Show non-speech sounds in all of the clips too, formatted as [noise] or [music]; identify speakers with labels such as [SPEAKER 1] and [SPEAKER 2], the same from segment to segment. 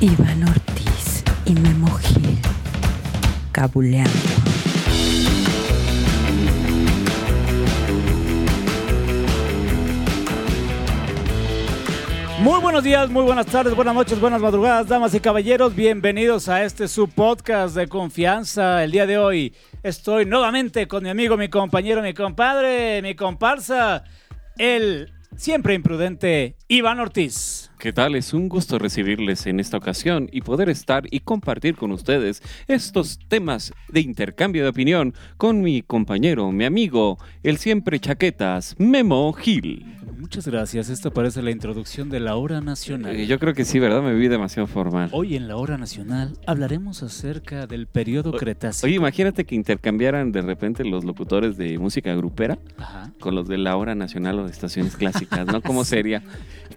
[SPEAKER 1] Iván Ortiz y Memo Gil cabuleando.
[SPEAKER 2] Muy buenos días, muy buenas tardes, buenas noches, buenas madrugadas, damas y caballeros. Bienvenidos a este su podcast de confianza. El día de hoy estoy nuevamente con mi amigo, mi compañero, mi compadre, mi comparsa, el siempre imprudente Iván Ortiz.
[SPEAKER 3] ¿Qué tal? Es un gusto recibirles en esta ocasión y poder estar y compartir con ustedes estos temas de intercambio de opinión con mi compañero, mi amigo, el siempre chaquetas, Memo Gil.
[SPEAKER 2] Muchas gracias. Esta parece la introducción de la hora nacional.
[SPEAKER 3] Eh, Yo creo que sí, ¿verdad? Me vi demasiado formal.
[SPEAKER 2] Hoy en la hora nacional hablaremos acerca del periodo cretácico.
[SPEAKER 3] Oye, imagínate que intercambiaran de repente los locutores de música grupera
[SPEAKER 2] Ajá.
[SPEAKER 3] con los de la hora nacional o de estaciones clásicas, ¿no? ¿Cómo sería?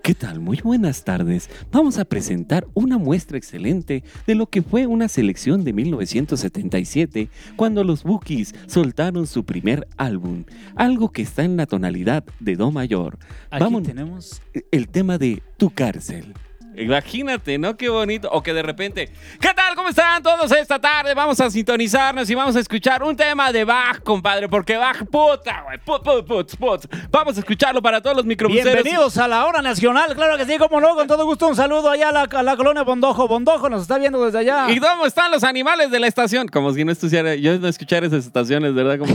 [SPEAKER 3] ¿Qué tal? Muy buenas tardes. Vamos a presentar una muestra excelente de lo que fue una selección de 1977 cuando los Bookies soltaron su primer álbum, algo que está en la tonalidad de Do mayor.
[SPEAKER 2] Aquí
[SPEAKER 3] Vámonos.
[SPEAKER 2] tenemos
[SPEAKER 3] El tema de tu cárcel. Imagínate, ¿no? Qué bonito. O que de repente, ¿qué tal? ¿Cómo están todos esta tarde? Vamos a sintonizarnos y vamos a escuchar un tema de Bach, compadre, porque Bach, puta, güey. Put, put, put, put. Vamos a escucharlo para todos los microbuseros.
[SPEAKER 2] Bienvenidos a la hora nacional, claro que sí, como no, con todo gusto un saludo allá a la, a la colonia Bondojo. Bondojo nos está viendo desde allá.
[SPEAKER 3] ¿Y cómo están los animales de la estación? Como si no estuviera, yo no escuchara esas estaciones, ¿verdad? Como...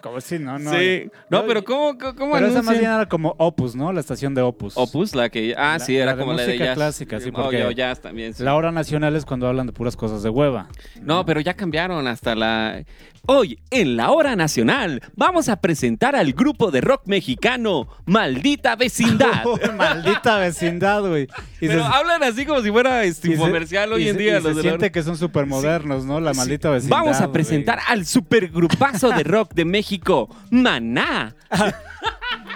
[SPEAKER 2] Como si [laughs] no, no.
[SPEAKER 3] sí. No, pero ¿cómo, cómo, cómo
[SPEAKER 2] Pero esa más bien
[SPEAKER 3] anuncian?
[SPEAKER 2] era como Opus, ¿no? La estación de Opus.
[SPEAKER 3] Opus, la que... Ah,
[SPEAKER 2] La-
[SPEAKER 3] sí, era
[SPEAKER 2] la de
[SPEAKER 3] como la de
[SPEAKER 2] música
[SPEAKER 3] jazz.
[SPEAKER 2] clásica, sí,
[SPEAKER 3] Oh,
[SPEAKER 2] porque-
[SPEAKER 3] yo jazz también, sí.
[SPEAKER 2] La hora nacional es cuando hablan de puras cosas de hueva.
[SPEAKER 3] No, pero ya cambiaron hasta la... Hoy, en la hora nacional, vamos a presentar al grupo de rock mexicano Maldita Vecindad.
[SPEAKER 2] Maldita vecindad, güey. [laughs] Y
[SPEAKER 3] pero
[SPEAKER 2] se-
[SPEAKER 3] hablan así como si fuera este,
[SPEAKER 2] y se-
[SPEAKER 3] comercial hoy
[SPEAKER 2] y
[SPEAKER 3] en
[SPEAKER 2] se-
[SPEAKER 3] día.
[SPEAKER 2] y se
[SPEAKER 3] los de la hora-
[SPEAKER 2] siente que son supermodernos, ¿no? La maldita vecindad.
[SPEAKER 3] Vamos a
[SPEAKER 2] güey.
[SPEAKER 3] presentar al supergrupazo de rock de México, Maná.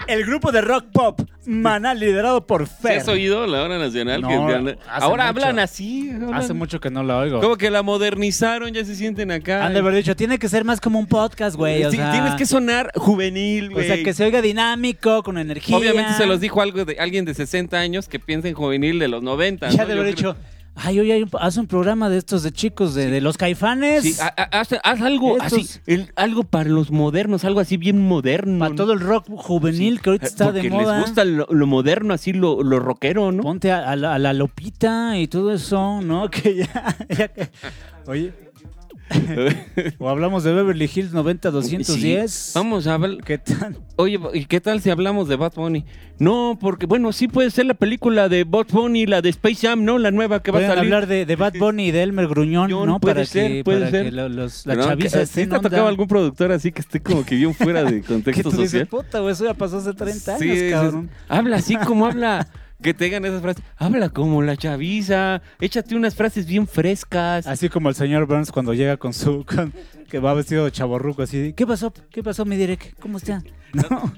[SPEAKER 2] el grupo de rock pop Maná liderado por
[SPEAKER 3] ¿Se
[SPEAKER 2] Fer.
[SPEAKER 3] has oído la hora nacional?
[SPEAKER 2] No,
[SPEAKER 3] Que- que-
[SPEAKER 2] hace
[SPEAKER 3] ahora
[SPEAKER 2] mucho.
[SPEAKER 3] hablan así. hablan-
[SPEAKER 2] Hace mucho que no la oigo.
[SPEAKER 3] Como que la modernizaron, ya se sienten acá.
[SPEAKER 2] Han de haber dicho, tiene que ser más como un podcast, güey. O
[SPEAKER 3] Sí,
[SPEAKER 2] sea,
[SPEAKER 3] Tienes que sonar juvenil,
[SPEAKER 2] o
[SPEAKER 3] güey.
[SPEAKER 2] sea, que se oiga dinámico, con energía.
[SPEAKER 3] Obviamente se los dijo algo de alguien de 60 años que piensa en juvenil de los 90.
[SPEAKER 2] Ya
[SPEAKER 3] ¿no?
[SPEAKER 2] de
[SPEAKER 3] Yo
[SPEAKER 2] haber
[SPEAKER 3] creo-
[SPEAKER 2] dicho, ay, hoy hay un- haz un programa de estos de chicos, de, de los caifanes.
[SPEAKER 3] Sí, ah, ha- ha- haz, haz algo
[SPEAKER 2] Estos-
[SPEAKER 3] así, el- algo para los modernos, algo así bien moderno.
[SPEAKER 2] para
[SPEAKER 3] ¿no?
[SPEAKER 2] todo el rock juvenil
[SPEAKER 3] Sí,
[SPEAKER 2] que ahorita está de
[SPEAKER 3] porque
[SPEAKER 2] moda.
[SPEAKER 3] les gusta lo, lo moderno, así lo, lo rockero, ¿no? [laughs]
[SPEAKER 2] Ponte a, a la, a la lopita y todo eso, ¿no? [laughs] Que ya. ya que- Oye. o hablamos de Beverly Hills 90210.
[SPEAKER 3] Sí. Vamos a hablar.
[SPEAKER 2] ¿Qué tal?
[SPEAKER 3] Oye, ¿y qué tal si hablamos de Bad Bunny? No, porque, bueno, sí puede ser la película de Bad Bunny, la de Space Jam, ¿no? La nueva que va
[SPEAKER 2] Pueden
[SPEAKER 3] a salir.
[SPEAKER 2] hablar de, de Bad Bunny y de Elmer Gruñón,
[SPEAKER 3] Yo-
[SPEAKER 2] ¿no?
[SPEAKER 3] puede
[SPEAKER 2] para
[SPEAKER 3] ser,
[SPEAKER 2] que,
[SPEAKER 3] puede
[SPEAKER 2] para
[SPEAKER 3] ser.
[SPEAKER 2] que lo- los- la
[SPEAKER 3] No,
[SPEAKER 2] chaviza
[SPEAKER 3] que-
[SPEAKER 2] esté
[SPEAKER 3] ¿sí
[SPEAKER 2] en
[SPEAKER 3] te ha tocado
[SPEAKER 2] onda.
[SPEAKER 3] algún productor así que esté como que bien
[SPEAKER 2] [laughs]
[SPEAKER 3] fuera de
[SPEAKER 2] Que
[SPEAKER 3] contexto
[SPEAKER 2] tú dices,
[SPEAKER 3] social?
[SPEAKER 2] puta, güey, eso ya pasó hace 30
[SPEAKER 3] Sí,
[SPEAKER 2] años,
[SPEAKER 3] dices,
[SPEAKER 2] cabrón. [laughs]
[SPEAKER 3] Habla así como habla. Que te digan esas frases. Habla como la chaviza. Échate unas frases bien frescas.
[SPEAKER 2] Así como el señor Burns cuando llega con su... [laughs] con- que va vestido de chaborruco, así. ¿Qué pasó? ¿Qué pasó, mi Derek? ¿Cómo está? [laughs] No.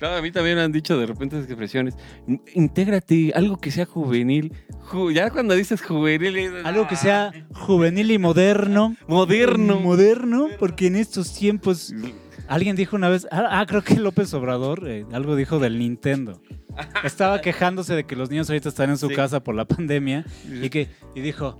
[SPEAKER 3] No, a mí también me han dicho de repente esas expresiones. "In- Intégrate, algo que sea juvenil. Ju- ya cuando dices juvenil. es-
[SPEAKER 2] Algo que sea juvenil y moderno.
[SPEAKER 3] Moderno.
[SPEAKER 2] Moderno, porque en estos tiempos... Alguien dijo una vez... Ah, ah, creo que López Obrador eh, algo dijo del Nintendo. Estaba quejándose de que los niños ahorita están en su
[SPEAKER 3] Sí.
[SPEAKER 2] casa por la pandemia. Y, que, y dijo,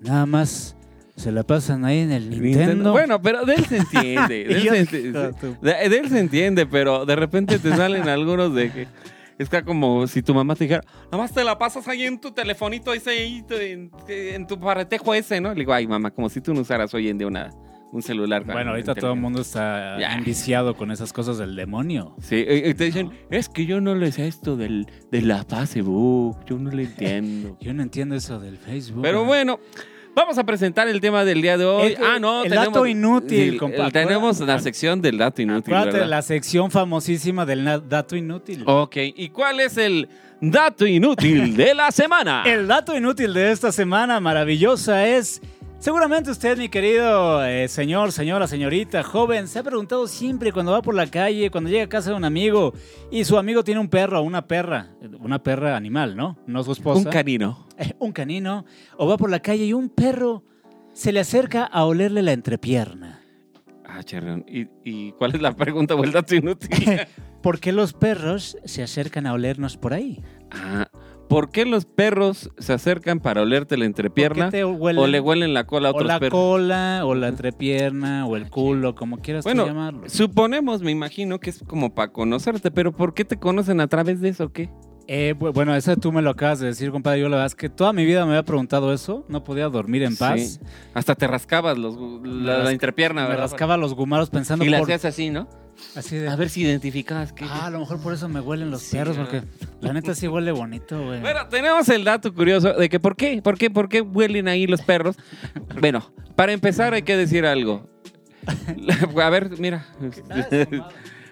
[SPEAKER 2] nada más se la pasan ahí en el Nintendo.
[SPEAKER 3] Bueno, pero de él
[SPEAKER 2] [laughs]
[SPEAKER 3] se entiende. de,
[SPEAKER 2] Y
[SPEAKER 3] él
[SPEAKER 2] yo
[SPEAKER 3] se
[SPEAKER 2] dije,
[SPEAKER 3] ente-
[SPEAKER 2] "Ah, tú".
[SPEAKER 3] de- de él se entiende, pero de repente te salen algunos de que. Está como si tu mamá te dijera, nada más te la pasas ahí en tu telefonito ese, ahí, tu- en, en tu paratejo ese, ¿no? Le digo, ay, mamá, como si tú no usaras hoy en día una, un celular. con
[SPEAKER 2] Bueno, ahorita
[SPEAKER 3] internet".
[SPEAKER 2] todo el mundo está
[SPEAKER 3] Ya.
[SPEAKER 2] enviciado con esas cosas del demonio.
[SPEAKER 3] Sí, y- y te dicen, es que yo no le sé esto del, de la Facebook, yo no le entiendo.
[SPEAKER 2] Yo no entiendo eso del Facebook.
[SPEAKER 3] Pero
[SPEAKER 2] ¿eh?
[SPEAKER 3] bueno, vamos a presentar el tema del día de hoy.
[SPEAKER 2] El-
[SPEAKER 3] ah, no,
[SPEAKER 2] el dato inútil,
[SPEAKER 3] el-
[SPEAKER 2] compa-
[SPEAKER 3] el- Tenemos la sección del dato inútil,
[SPEAKER 2] Acuérdate de
[SPEAKER 3] ¿verdad? Oh.
[SPEAKER 2] la sección famosísima del na- dato inútil.
[SPEAKER 3] Ok, ¿y cuál es el dato inútil de la semana?
[SPEAKER 2] [laughs] El dato inútil de esta semana maravillosa es... Seguramente usted, mi querido eh, señor, señora, señorita, joven, se ha preguntado siempre cuando va por la calle, cuando llega a casa de un amigo y su amigo tiene un perro o una perra, una perra animal, ¿no? No su esposa.
[SPEAKER 3] Un canino.
[SPEAKER 2] eh, un canino, o va por la calle y un perro se le acerca a olerle la entrepierna.
[SPEAKER 3] Ah, cherrón. ¿Y, y cuál es la pregunta o el
[SPEAKER 2] [laughs]
[SPEAKER 3] dato inútil?
[SPEAKER 2] ¿Por qué los perros se acercan a olernos por ahí?
[SPEAKER 3] ah, ¿Por qué los perros se acercan para olerte la entrepierna
[SPEAKER 2] te huelen?
[SPEAKER 3] o le huelen la cola a
[SPEAKER 2] o
[SPEAKER 3] otros
[SPEAKER 2] la
[SPEAKER 3] perros?
[SPEAKER 2] cola, o la entrepierna, o el culo, como quieras tú
[SPEAKER 3] Bueno,
[SPEAKER 2] llamarlo.
[SPEAKER 3] Suponemos, me imagino que es como para conocerte, pero ¿por qué te conocen a través de eso o qué?
[SPEAKER 2] Eh, bu- bueno, eso tú me lo acabas de decir, compadre. Yo la verdad es que toda mi vida me había preguntado eso. No podía dormir en
[SPEAKER 3] Sí.
[SPEAKER 2] paz.
[SPEAKER 3] Hasta te rascabas los- la, la
[SPEAKER 2] rasca-
[SPEAKER 3] entrepierna,
[SPEAKER 2] Me
[SPEAKER 3] ¿verdad?
[SPEAKER 2] rascaba los gumaros pensando
[SPEAKER 3] Y la
[SPEAKER 2] por-
[SPEAKER 3] hacías así, ¿no?
[SPEAKER 2] así de,
[SPEAKER 3] A ver si identificabas que...
[SPEAKER 2] Ah, a lo mejor por eso me huelen los
[SPEAKER 3] Sí,
[SPEAKER 2] perros,
[SPEAKER 3] ah.
[SPEAKER 2] porque la neta sí huele bonito, güey.
[SPEAKER 3] Bueno, tenemos el dato curioso de que por qué, por qué, por qué huelen ahí los
[SPEAKER 2] [laughs]
[SPEAKER 3] perros. Bueno, para empezar hay que decir algo. A ver, mira.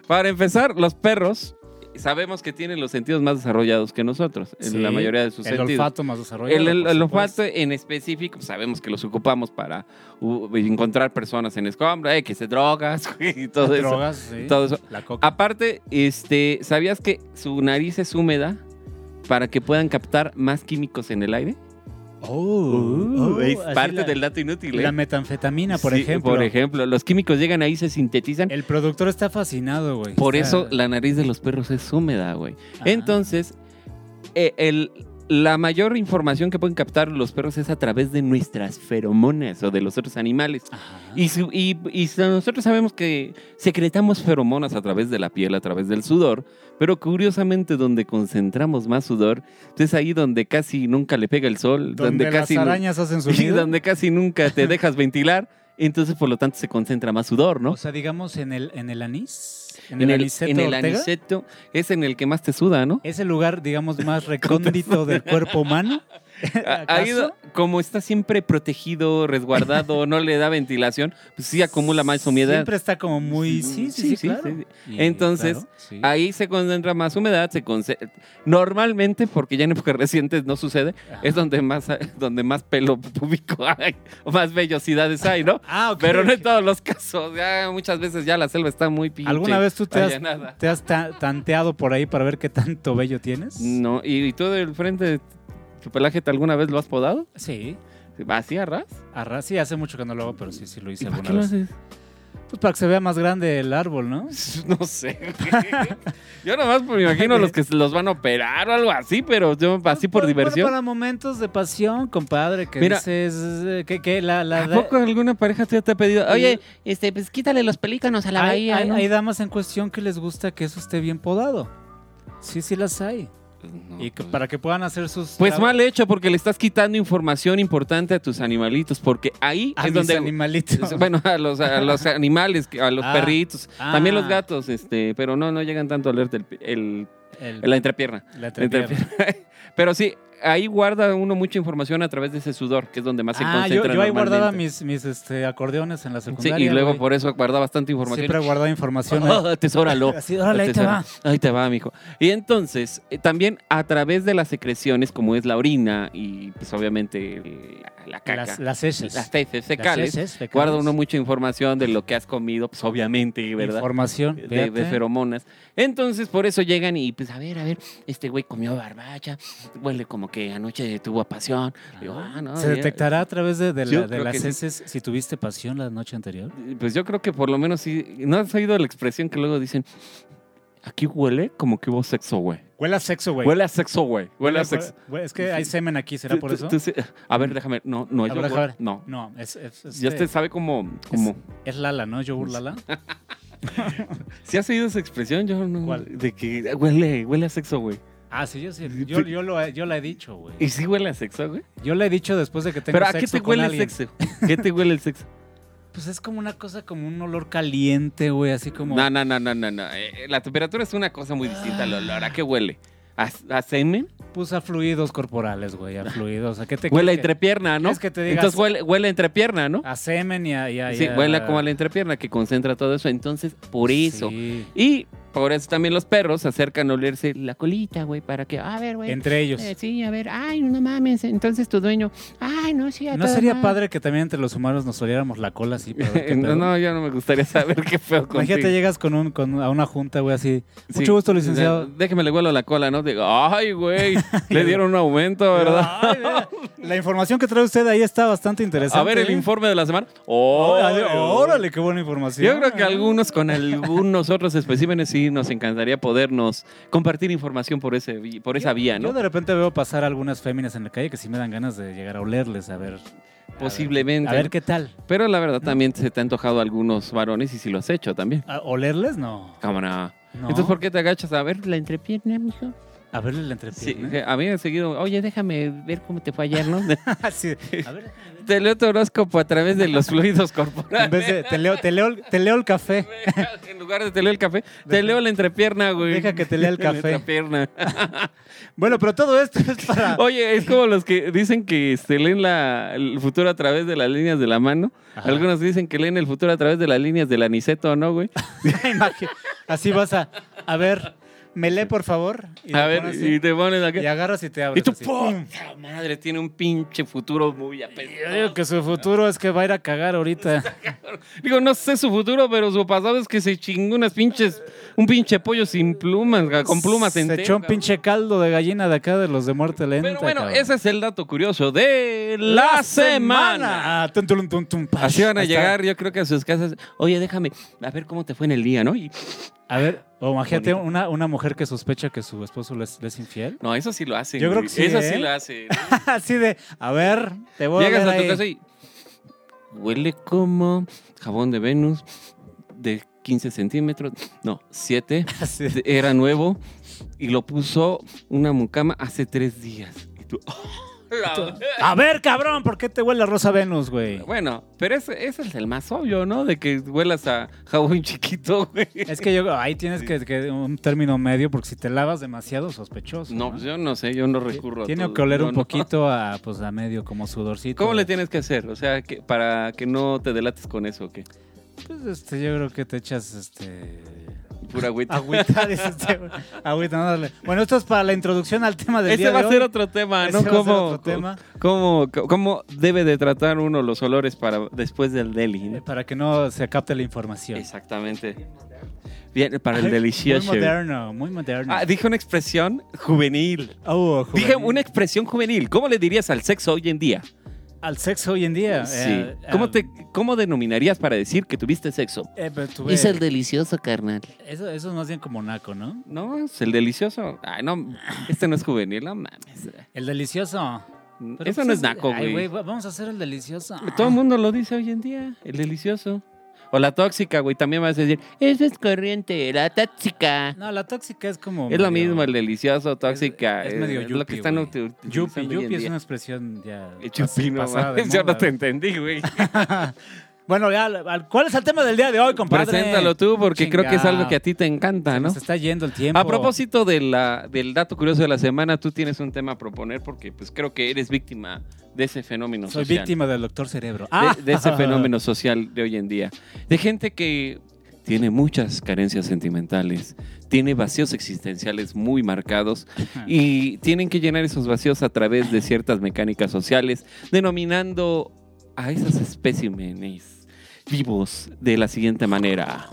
[SPEAKER 3] Para empezar, los perros sabemos que tienen los sentidos más desarrollados que nosotros, en
[SPEAKER 2] Sí,
[SPEAKER 3] la mayoría de sus
[SPEAKER 2] el
[SPEAKER 3] sentidos.
[SPEAKER 2] olfato más desarrollado.
[SPEAKER 3] El, el-
[SPEAKER 2] por
[SPEAKER 3] el
[SPEAKER 2] supuesto.
[SPEAKER 3] olfato en específico, pues, sabemos que los ocupamos para uh, encontrar personas en escombra, eh, que se drogas [laughs] y todo
[SPEAKER 2] Las
[SPEAKER 3] eso.
[SPEAKER 2] drogas, sí.
[SPEAKER 3] todo eso. Ah,
[SPEAKER 2] La coca.
[SPEAKER 3] Aparte, este, ¿sabías que su nariz es húmeda para que puedan captar más químicos en el aire?
[SPEAKER 2] Oh,
[SPEAKER 3] uh, es
[SPEAKER 2] así
[SPEAKER 3] parte
[SPEAKER 2] la-
[SPEAKER 3] del dato inútil. ¿eh?
[SPEAKER 2] La metanfetamina, por
[SPEAKER 3] Sí,
[SPEAKER 2] ejemplo.
[SPEAKER 3] Por ejemplo, los químicos llegan ahí, se sintetizan.
[SPEAKER 2] El productor está fascinado, güey.
[SPEAKER 3] Por
[SPEAKER 2] Está-
[SPEAKER 3] eso la nariz de los perros es húmeda, güey.
[SPEAKER 2] Ajá.
[SPEAKER 3] Entonces, eh, el- la mayor información que pueden captar los perros es a través de nuestras feromonas o de los otros animales.
[SPEAKER 2] Ajá.
[SPEAKER 3] Y, su- y- y sa- nosotros sabemos que secretamos feromonas a través de la piel, a través del sudor, pero curiosamente donde concentramos más sudor pues es ahí donde casi nunca le pega el sol,
[SPEAKER 2] donde,
[SPEAKER 3] donde, casi, nu-
[SPEAKER 2] las arañas hacen su
[SPEAKER 3] [laughs] y
[SPEAKER 2] nido.
[SPEAKER 3] donde casi nunca
[SPEAKER 2] [laughs]
[SPEAKER 3] te dejas ventilar, entonces por lo tanto se concentra más sudor, ¿no?
[SPEAKER 2] O sea, digamos en el, en el anís. En, el,
[SPEAKER 3] en el,
[SPEAKER 2] aniceto
[SPEAKER 3] en el
[SPEAKER 2] Ortega, ¿Eh?
[SPEAKER 3] aniceto es en el que más te suda, ¿no?
[SPEAKER 2] Es el lugar, digamos,
[SPEAKER 3] [laughs]
[SPEAKER 2] más recóndito del cuerpo humano.
[SPEAKER 3] A- ahí
[SPEAKER 2] ¿Acaso?
[SPEAKER 3] do- como está siempre protegido, resguardado, no le da ventilación, pues sí acumula más humedad.
[SPEAKER 2] Siempre está como muy. Sí, sí, sí, claro.
[SPEAKER 3] sí.
[SPEAKER 2] Y,
[SPEAKER 3] Entonces,
[SPEAKER 2] claro, sí.
[SPEAKER 3] Ahí se concentra más humedad, se conce- normalmente, porque ya en épocas recientes no sucede,
[SPEAKER 2] Ajá.
[SPEAKER 3] es donde más, donde más pelo púbico hay, o más vellosidades hay, ¿no?
[SPEAKER 2] Ah, ok,
[SPEAKER 3] Pero no
[SPEAKER 2] ok.
[SPEAKER 3] en todos los casos, ya muchas veces ya la selva está muy pinche.
[SPEAKER 2] ¿Alguna vez tú te has,
[SPEAKER 3] allanada.
[SPEAKER 2] te has ta- tanteado por ahí para ver qué tanto vello tienes?
[SPEAKER 3] No, ¿y, y tú del frente de tu pelaje ¿te alguna vez lo has podado?
[SPEAKER 2] Sí.
[SPEAKER 3] ¿Así a ras?
[SPEAKER 2] Arra, sí, hace mucho que no lo hago, pero sí, sí lo hice
[SPEAKER 3] ¿Y por
[SPEAKER 2] alguna
[SPEAKER 3] qué lo
[SPEAKER 2] vez.
[SPEAKER 3] [laughs] haces?
[SPEAKER 2] Pues para que se vea más grande el árbol, ¿no?
[SPEAKER 3] Pues, No sé. güey. yo nomás me imagino los que se los van a operar o algo así, pero yo así por
[SPEAKER 2] Bueno,
[SPEAKER 3] diversión.
[SPEAKER 2] para momentos de pasión, compadre, que
[SPEAKER 3] Mira.
[SPEAKER 2] dices eh, que, que la, la
[SPEAKER 3] ¿A
[SPEAKER 2] da-
[SPEAKER 3] poco alguna pareja tuya te ha pedido,
[SPEAKER 2] oye,
[SPEAKER 3] oye, este, pues quítale los pelícanos a la
[SPEAKER 2] hay,
[SPEAKER 3] bahía?
[SPEAKER 2] hay- hay damas en cuestión que les gusta que eso esté bien podado. Sí, sí las hay. y que, para que puedan hacer sus...
[SPEAKER 3] Pues
[SPEAKER 2] trab-
[SPEAKER 3] mal hecho, porque le estás quitando información importante a tus animalitos, porque ahí
[SPEAKER 2] A mis
[SPEAKER 3] es donde...
[SPEAKER 2] animalitos.
[SPEAKER 3] [laughs] Bueno, a los, a los animales, a los
[SPEAKER 2] Ah,
[SPEAKER 3] perritos,
[SPEAKER 2] ah.
[SPEAKER 3] también los gatos, este, pero no, no llegan tanto a leerte el- el-
[SPEAKER 2] El-
[SPEAKER 3] la entrepierna.
[SPEAKER 2] la
[SPEAKER 3] Entrepierna. [laughs] Pero sí, ahí guarda uno mucha información a través de ese sudor, que es donde más se
[SPEAKER 2] Ah,
[SPEAKER 3] concentra.
[SPEAKER 2] yo, yo ahí guardaba
[SPEAKER 3] normalmente.
[SPEAKER 2] mis, mis este, acordeones en la
[SPEAKER 3] Sí,
[SPEAKER 2] secundaria.
[SPEAKER 3] y luego
[SPEAKER 2] güey.
[SPEAKER 3] por eso guarda bastante información.
[SPEAKER 2] Siempre guardaba información. ahí.
[SPEAKER 3] [laughs] Ah, atesóralo.
[SPEAKER 2] [laughs] Así, órale, ahí te va.
[SPEAKER 3] Atesora. Ahí te va, mijo. Y entonces, eh, también a través de las secreciones, como es la orina y pues obviamente el- la, la caca,
[SPEAKER 2] Las,
[SPEAKER 3] las,
[SPEAKER 2] las heces.
[SPEAKER 3] heces
[SPEAKER 2] Las
[SPEAKER 3] fecales,
[SPEAKER 2] heces fecales.
[SPEAKER 3] guarda uno mucha información de lo que has comido, pues obviamente, ¿verdad?
[SPEAKER 2] Información.
[SPEAKER 3] de, de
[SPEAKER 2] fíjate.
[SPEAKER 3] feromonas. Entonces, por eso llegan y, pues, a ver, a ver, este güey comió barbacha, huele como que anoche tuvo pasión. Digo, ah, no,
[SPEAKER 2] ¿Se
[SPEAKER 3] ya.
[SPEAKER 2] detectará a través de, de la-
[SPEAKER 3] Yo
[SPEAKER 2] de
[SPEAKER 3] creo
[SPEAKER 2] las
[SPEAKER 3] que sí.
[SPEAKER 2] heces si tuviste pasión la noche anterior?
[SPEAKER 3] Pues yo creo que por lo menos sí. ¿No has oído la expresión que luego dicen? Aquí huele como que hubo sexo, güey.
[SPEAKER 2] Huele a sexo, güey.
[SPEAKER 3] Huele a sexo, güey. Huele a sexo.
[SPEAKER 2] Hue- Es que hay semen aquí, ¿será
[SPEAKER 3] Tú-
[SPEAKER 2] por
[SPEAKER 3] tú-
[SPEAKER 2] eso?
[SPEAKER 3] tú sí- a ver, déjame. No, no,
[SPEAKER 2] A
[SPEAKER 3] yo
[SPEAKER 2] ver,
[SPEAKER 3] huele-
[SPEAKER 2] a ver.
[SPEAKER 3] No.
[SPEAKER 2] No, es, es, es-
[SPEAKER 3] Ya te sabe como. como
[SPEAKER 2] es Lala, ¿no? Yogur Lala.
[SPEAKER 3] [laughs] ¿Sí has oído esa expresión? Yo no.
[SPEAKER 2] ¿Cuál?
[SPEAKER 3] De que huele, huele a sexo, güey.
[SPEAKER 2] Ah, sí, yo sí. Yo, yo, lo, he- yo la he dicho, güey.
[SPEAKER 3] ¿Y sí huele a sexo, güey?
[SPEAKER 2] Yo la he dicho después de que tengo
[SPEAKER 3] Pero ¿a
[SPEAKER 2] sexo
[SPEAKER 3] qué te
[SPEAKER 2] con
[SPEAKER 3] huele el
[SPEAKER 2] alguien.
[SPEAKER 3] sexo? ¿Qué te huele el sexo?
[SPEAKER 2] Pues es como una cosa, como un olor caliente, güey, así como...
[SPEAKER 3] No, no, no, no, no. no. Eh, eh, la temperatura es una cosa muy distinta al olor. ¿A qué huele? ¿A, a semen?
[SPEAKER 2] Pues a fluidos corporales, güey, a fluidos. ¿A qué te
[SPEAKER 3] Huele a
[SPEAKER 2] crees que-
[SPEAKER 3] entrepierna, ¿no?
[SPEAKER 2] ¿Crees que te digas- Ah,
[SPEAKER 3] Entonces huele, huele a entrepierna, ¿no?
[SPEAKER 2] A semen y a... y a- y
[SPEAKER 3] Sí,
[SPEAKER 2] a-
[SPEAKER 3] huele como a la entrepierna que concentra todo eso. Entonces, por eso.
[SPEAKER 2] Sí.
[SPEAKER 3] Y por eso también los perros se acercan a olerse la colita, güey, para que, a ver, güey.
[SPEAKER 2] Entre ellos.
[SPEAKER 3] eh, sí, a ver, ay, no mames, entonces tu dueño, ay, no, sí, a
[SPEAKER 2] ¿No
[SPEAKER 3] toda
[SPEAKER 2] sería
[SPEAKER 3] madre".
[SPEAKER 2] padre que también entre los humanos nos oliéramos la cola así?
[SPEAKER 3] [laughs]
[SPEAKER 2] Para ver qué
[SPEAKER 3] no,
[SPEAKER 2] pedo?
[SPEAKER 3] no, yo no me gustaría saber qué feo contigo.
[SPEAKER 2] Imagínate, llegas con un, con, a una junta, güey, así.
[SPEAKER 3] Sí.
[SPEAKER 2] Mucho gusto, licenciado.
[SPEAKER 3] Eh, Déjeme le huelo la cola, ¿no? Digo, ay, güey,
[SPEAKER 2] [laughs]
[SPEAKER 3] le dieron un aumento, ¿verdad?
[SPEAKER 2] Ay, mira, la información que trae usted ahí está bastante interesante.
[SPEAKER 3] A ver, el Oh.
[SPEAKER 2] ¿eh?
[SPEAKER 3] informe de la semana.
[SPEAKER 2] Órale,
[SPEAKER 3] ¡Órale!
[SPEAKER 2] órale, qué buena información.
[SPEAKER 3] Yo creo que algunos con algunos otros especímenes sí sí, nos encantaría podernos compartir información por, ese, vi- por esa vía,
[SPEAKER 2] Yo
[SPEAKER 3] ¿no?
[SPEAKER 2] de repente veo pasar algunas féminas en la calle que sí me dan ganas de llegar a olerles, a ver.
[SPEAKER 3] Posiblemente.
[SPEAKER 2] A ver qué tal.
[SPEAKER 3] Pero la verdad también se te ha antojado a algunos varones y si lo has hecho también.
[SPEAKER 2] ¿A- ¿Olerles? No.
[SPEAKER 3] Cámara.
[SPEAKER 2] No.
[SPEAKER 3] Entonces, ¿por qué te agachas a ver la entrepierna, mijo?
[SPEAKER 2] A verle la
[SPEAKER 3] Sí,
[SPEAKER 2] entrepierna.
[SPEAKER 3] a mí me ha seguido, oye, déjame ver cómo te fue ayer, ¿no?
[SPEAKER 2] [laughs]
[SPEAKER 3] [laughs]
[SPEAKER 2] Sí. A ver,
[SPEAKER 3] te leo tu horóscopo a través de los fluidos corporales.
[SPEAKER 2] en vez de, te leo, te leo, el- te leo el café.
[SPEAKER 3] [laughs] En lugar de te leo el café, te leo la entrepierna, güey.
[SPEAKER 2] Deja que te lea el
[SPEAKER 3] [laughs] La
[SPEAKER 2] café.
[SPEAKER 3] entrepierna.
[SPEAKER 2] Bueno, pero todo esto es
[SPEAKER 3] [laughs]
[SPEAKER 2] para...
[SPEAKER 3] Oye, es como los que dicen que se leen la, el futuro a través de las líneas de la mano.
[SPEAKER 2] Ajá.
[SPEAKER 3] Algunos dicen que leen el futuro a través de las líneas del aniceto, ¿no, güey?
[SPEAKER 2] [laughs] Imagi- Así vas a... A ver, me lee, por favor. Y
[SPEAKER 3] A
[SPEAKER 2] le
[SPEAKER 3] ver,
[SPEAKER 2] pones así,
[SPEAKER 3] y te pones
[SPEAKER 2] y,
[SPEAKER 3] acá.
[SPEAKER 2] agarras y te abres.
[SPEAKER 3] Y tú,
[SPEAKER 2] así.
[SPEAKER 3] puta madre, tiene un pinche futuro muy
[SPEAKER 2] Yo
[SPEAKER 3] apestado.
[SPEAKER 2] digo que su futuro es que va a ir a cagar ahorita.
[SPEAKER 3] Digo, no sé su futuro, pero su pasado es que se chingó unas pinches, un pinche pollo sin plumas, ga- [laughs] con plumas
[SPEAKER 2] Se
[SPEAKER 3] en
[SPEAKER 2] echó un pinche caldo de gallina de acá de los de muerte lenta.
[SPEAKER 3] Pero bueno,
[SPEAKER 2] cabrón.
[SPEAKER 3] ese es el dato curioso de la, semana.
[SPEAKER 2] Ah, tun, tulum, tum, tum, pash.
[SPEAKER 3] Así van a
[SPEAKER 2] Ahí está.
[SPEAKER 3] llegar, yo creo que a sus casas. Oye, déjame, a ver cómo te fue en el día, ¿no? Y,
[SPEAKER 2] A ver, o imagínate
[SPEAKER 3] Bonito.
[SPEAKER 2] una, una mujer que sospecha que su esposo le es, le es
[SPEAKER 3] [laughs]
[SPEAKER 2] infiel.
[SPEAKER 3] no, eso sí lo hacen.
[SPEAKER 2] Yo creo
[SPEAKER 3] güey.
[SPEAKER 2] que sí,
[SPEAKER 3] Eso
[SPEAKER 2] ¿eh?
[SPEAKER 3] sí lo hacen.
[SPEAKER 2] Así de, a ver, te voy
[SPEAKER 3] Llegas
[SPEAKER 2] a
[SPEAKER 3] a
[SPEAKER 2] ver
[SPEAKER 3] tu casa y huele como jabón de Venus de 15 centímetros, no, 7.
[SPEAKER 2] Así de,
[SPEAKER 3] era nuevo y lo puso una mucama hace tres días. Y tú, [laughs] ¡oh,
[SPEAKER 2] a ver, cabrón, ¿por qué te huele a Rosa Venus, güey?
[SPEAKER 3] Bueno, pero ese, ese es el más obvio, ¿no? De que huelas a jabón chiquito, güey.
[SPEAKER 2] Es que yo, ahí tienes que, que un término medio, porque si te lavas demasiado, sospechoso.
[SPEAKER 3] No, pues yo no sé, yo no recurro a
[SPEAKER 2] Tiene
[SPEAKER 3] todo.
[SPEAKER 2] que oler
[SPEAKER 3] Yo
[SPEAKER 2] un
[SPEAKER 3] no.
[SPEAKER 2] poquito a, pues, a medio, como sudorcito.
[SPEAKER 3] ¿Cómo le tienes que hacer? O sea, que, para que no te delates con eso, que
[SPEAKER 2] Pues, este, yo creo que te echas, este...
[SPEAKER 3] pura agüita.
[SPEAKER 2] Agüita, [laughs] dice este, güey. Agüita, no dale. Bueno, esto es para la introducción al tema del día
[SPEAKER 3] Ese va
[SPEAKER 2] de
[SPEAKER 3] a ser
[SPEAKER 2] hoy.
[SPEAKER 3] otro tema,
[SPEAKER 2] Ese va
[SPEAKER 3] ¿no?
[SPEAKER 2] a ser
[SPEAKER 3] ¿Cómo,
[SPEAKER 2] otro tema.
[SPEAKER 3] Cómo, cómo debe de tratar uno los olores para después del deli?
[SPEAKER 2] Eh,
[SPEAKER 3] ¿no?
[SPEAKER 2] Para que no se capte la información.
[SPEAKER 3] Exactamente. Bien, para el delicioso.
[SPEAKER 2] Muy moderno, muy moderno.
[SPEAKER 3] Ah, dije una expresión juvenil.
[SPEAKER 2] Oh, juvenil.
[SPEAKER 3] Dije una expresión juvenil. ¿Cómo le dirías al sexo hoy en día?
[SPEAKER 2] Al sexo hoy en día.
[SPEAKER 3] Sí.
[SPEAKER 2] eh,
[SPEAKER 3] ¿Cómo,
[SPEAKER 2] eh,
[SPEAKER 3] te, ¿Cómo denominarías para decir que tuviste sexo?
[SPEAKER 2] eh, pero tuve-
[SPEAKER 4] Hice el delicioso, carnal.
[SPEAKER 2] eso, eso es más bien como naco, ¿no?
[SPEAKER 3] No, es el delicioso. Ay, no, este no es juvenil, no mames.
[SPEAKER 2] El delicioso. Pero
[SPEAKER 3] Eso
[SPEAKER 2] pues
[SPEAKER 3] no es naco,
[SPEAKER 2] ay,
[SPEAKER 3] güey.
[SPEAKER 2] va- Vamos a hacer el delicioso.
[SPEAKER 3] Todo el mundo lo dice hoy en día, el delicioso. O la tóxica, güey, también vas a decir, eso es corriente, la tóxica.
[SPEAKER 2] No, la tóxica es como.
[SPEAKER 3] Es lo
[SPEAKER 2] medio-
[SPEAKER 3] mismo, el delicioso, tóxica. eh,
[SPEAKER 2] Es, es medio yuppie.
[SPEAKER 3] lo que están
[SPEAKER 2] güey.
[SPEAKER 3] uti- utilizando
[SPEAKER 2] Yuppie,
[SPEAKER 3] hoy en
[SPEAKER 2] yuppie es
[SPEAKER 3] día. [laughs]
[SPEAKER 2] una expresión ya.
[SPEAKER 3] Eh, yuppie, no
[SPEAKER 2] pasada de
[SPEAKER 3] mames, Yo no
[SPEAKER 2] moda,
[SPEAKER 3] te
[SPEAKER 2] güey.
[SPEAKER 3] entendí,
[SPEAKER 2] [laughs]
[SPEAKER 3] güey.
[SPEAKER 2] Bueno, ya, al- ¿cuál es el tema del día de hoy, compadre?
[SPEAKER 3] Preséntalo tú, porque creo que es algo que a ti te encanta, ¿no?
[SPEAKER 2] Nos está yendo el tiempo.
[SPEAKER 3] A propósito de la, del dato curioso de la semana, tú tienes un tema a proponer porque pues creo que eres víctima de ese fenómeno
[SPEAKER 2] Soy
[SPEAKER 3] social.
[SPEAKER 2] víctima del doctor cerebro. Ah.
[SPEAKER 3] de-
[SPEAKER 2] [laughs]
[SPEAKER 3] de, ese fenómeno social de hoy en día. De gente que tiene muchas carencias sentimentales, tiene vacíos existenciales muy marcados y tienen que llenar esos vacíos a través de ciertas mecánicas sociales, denominando a esos especímenes vivos de la siguiente manera.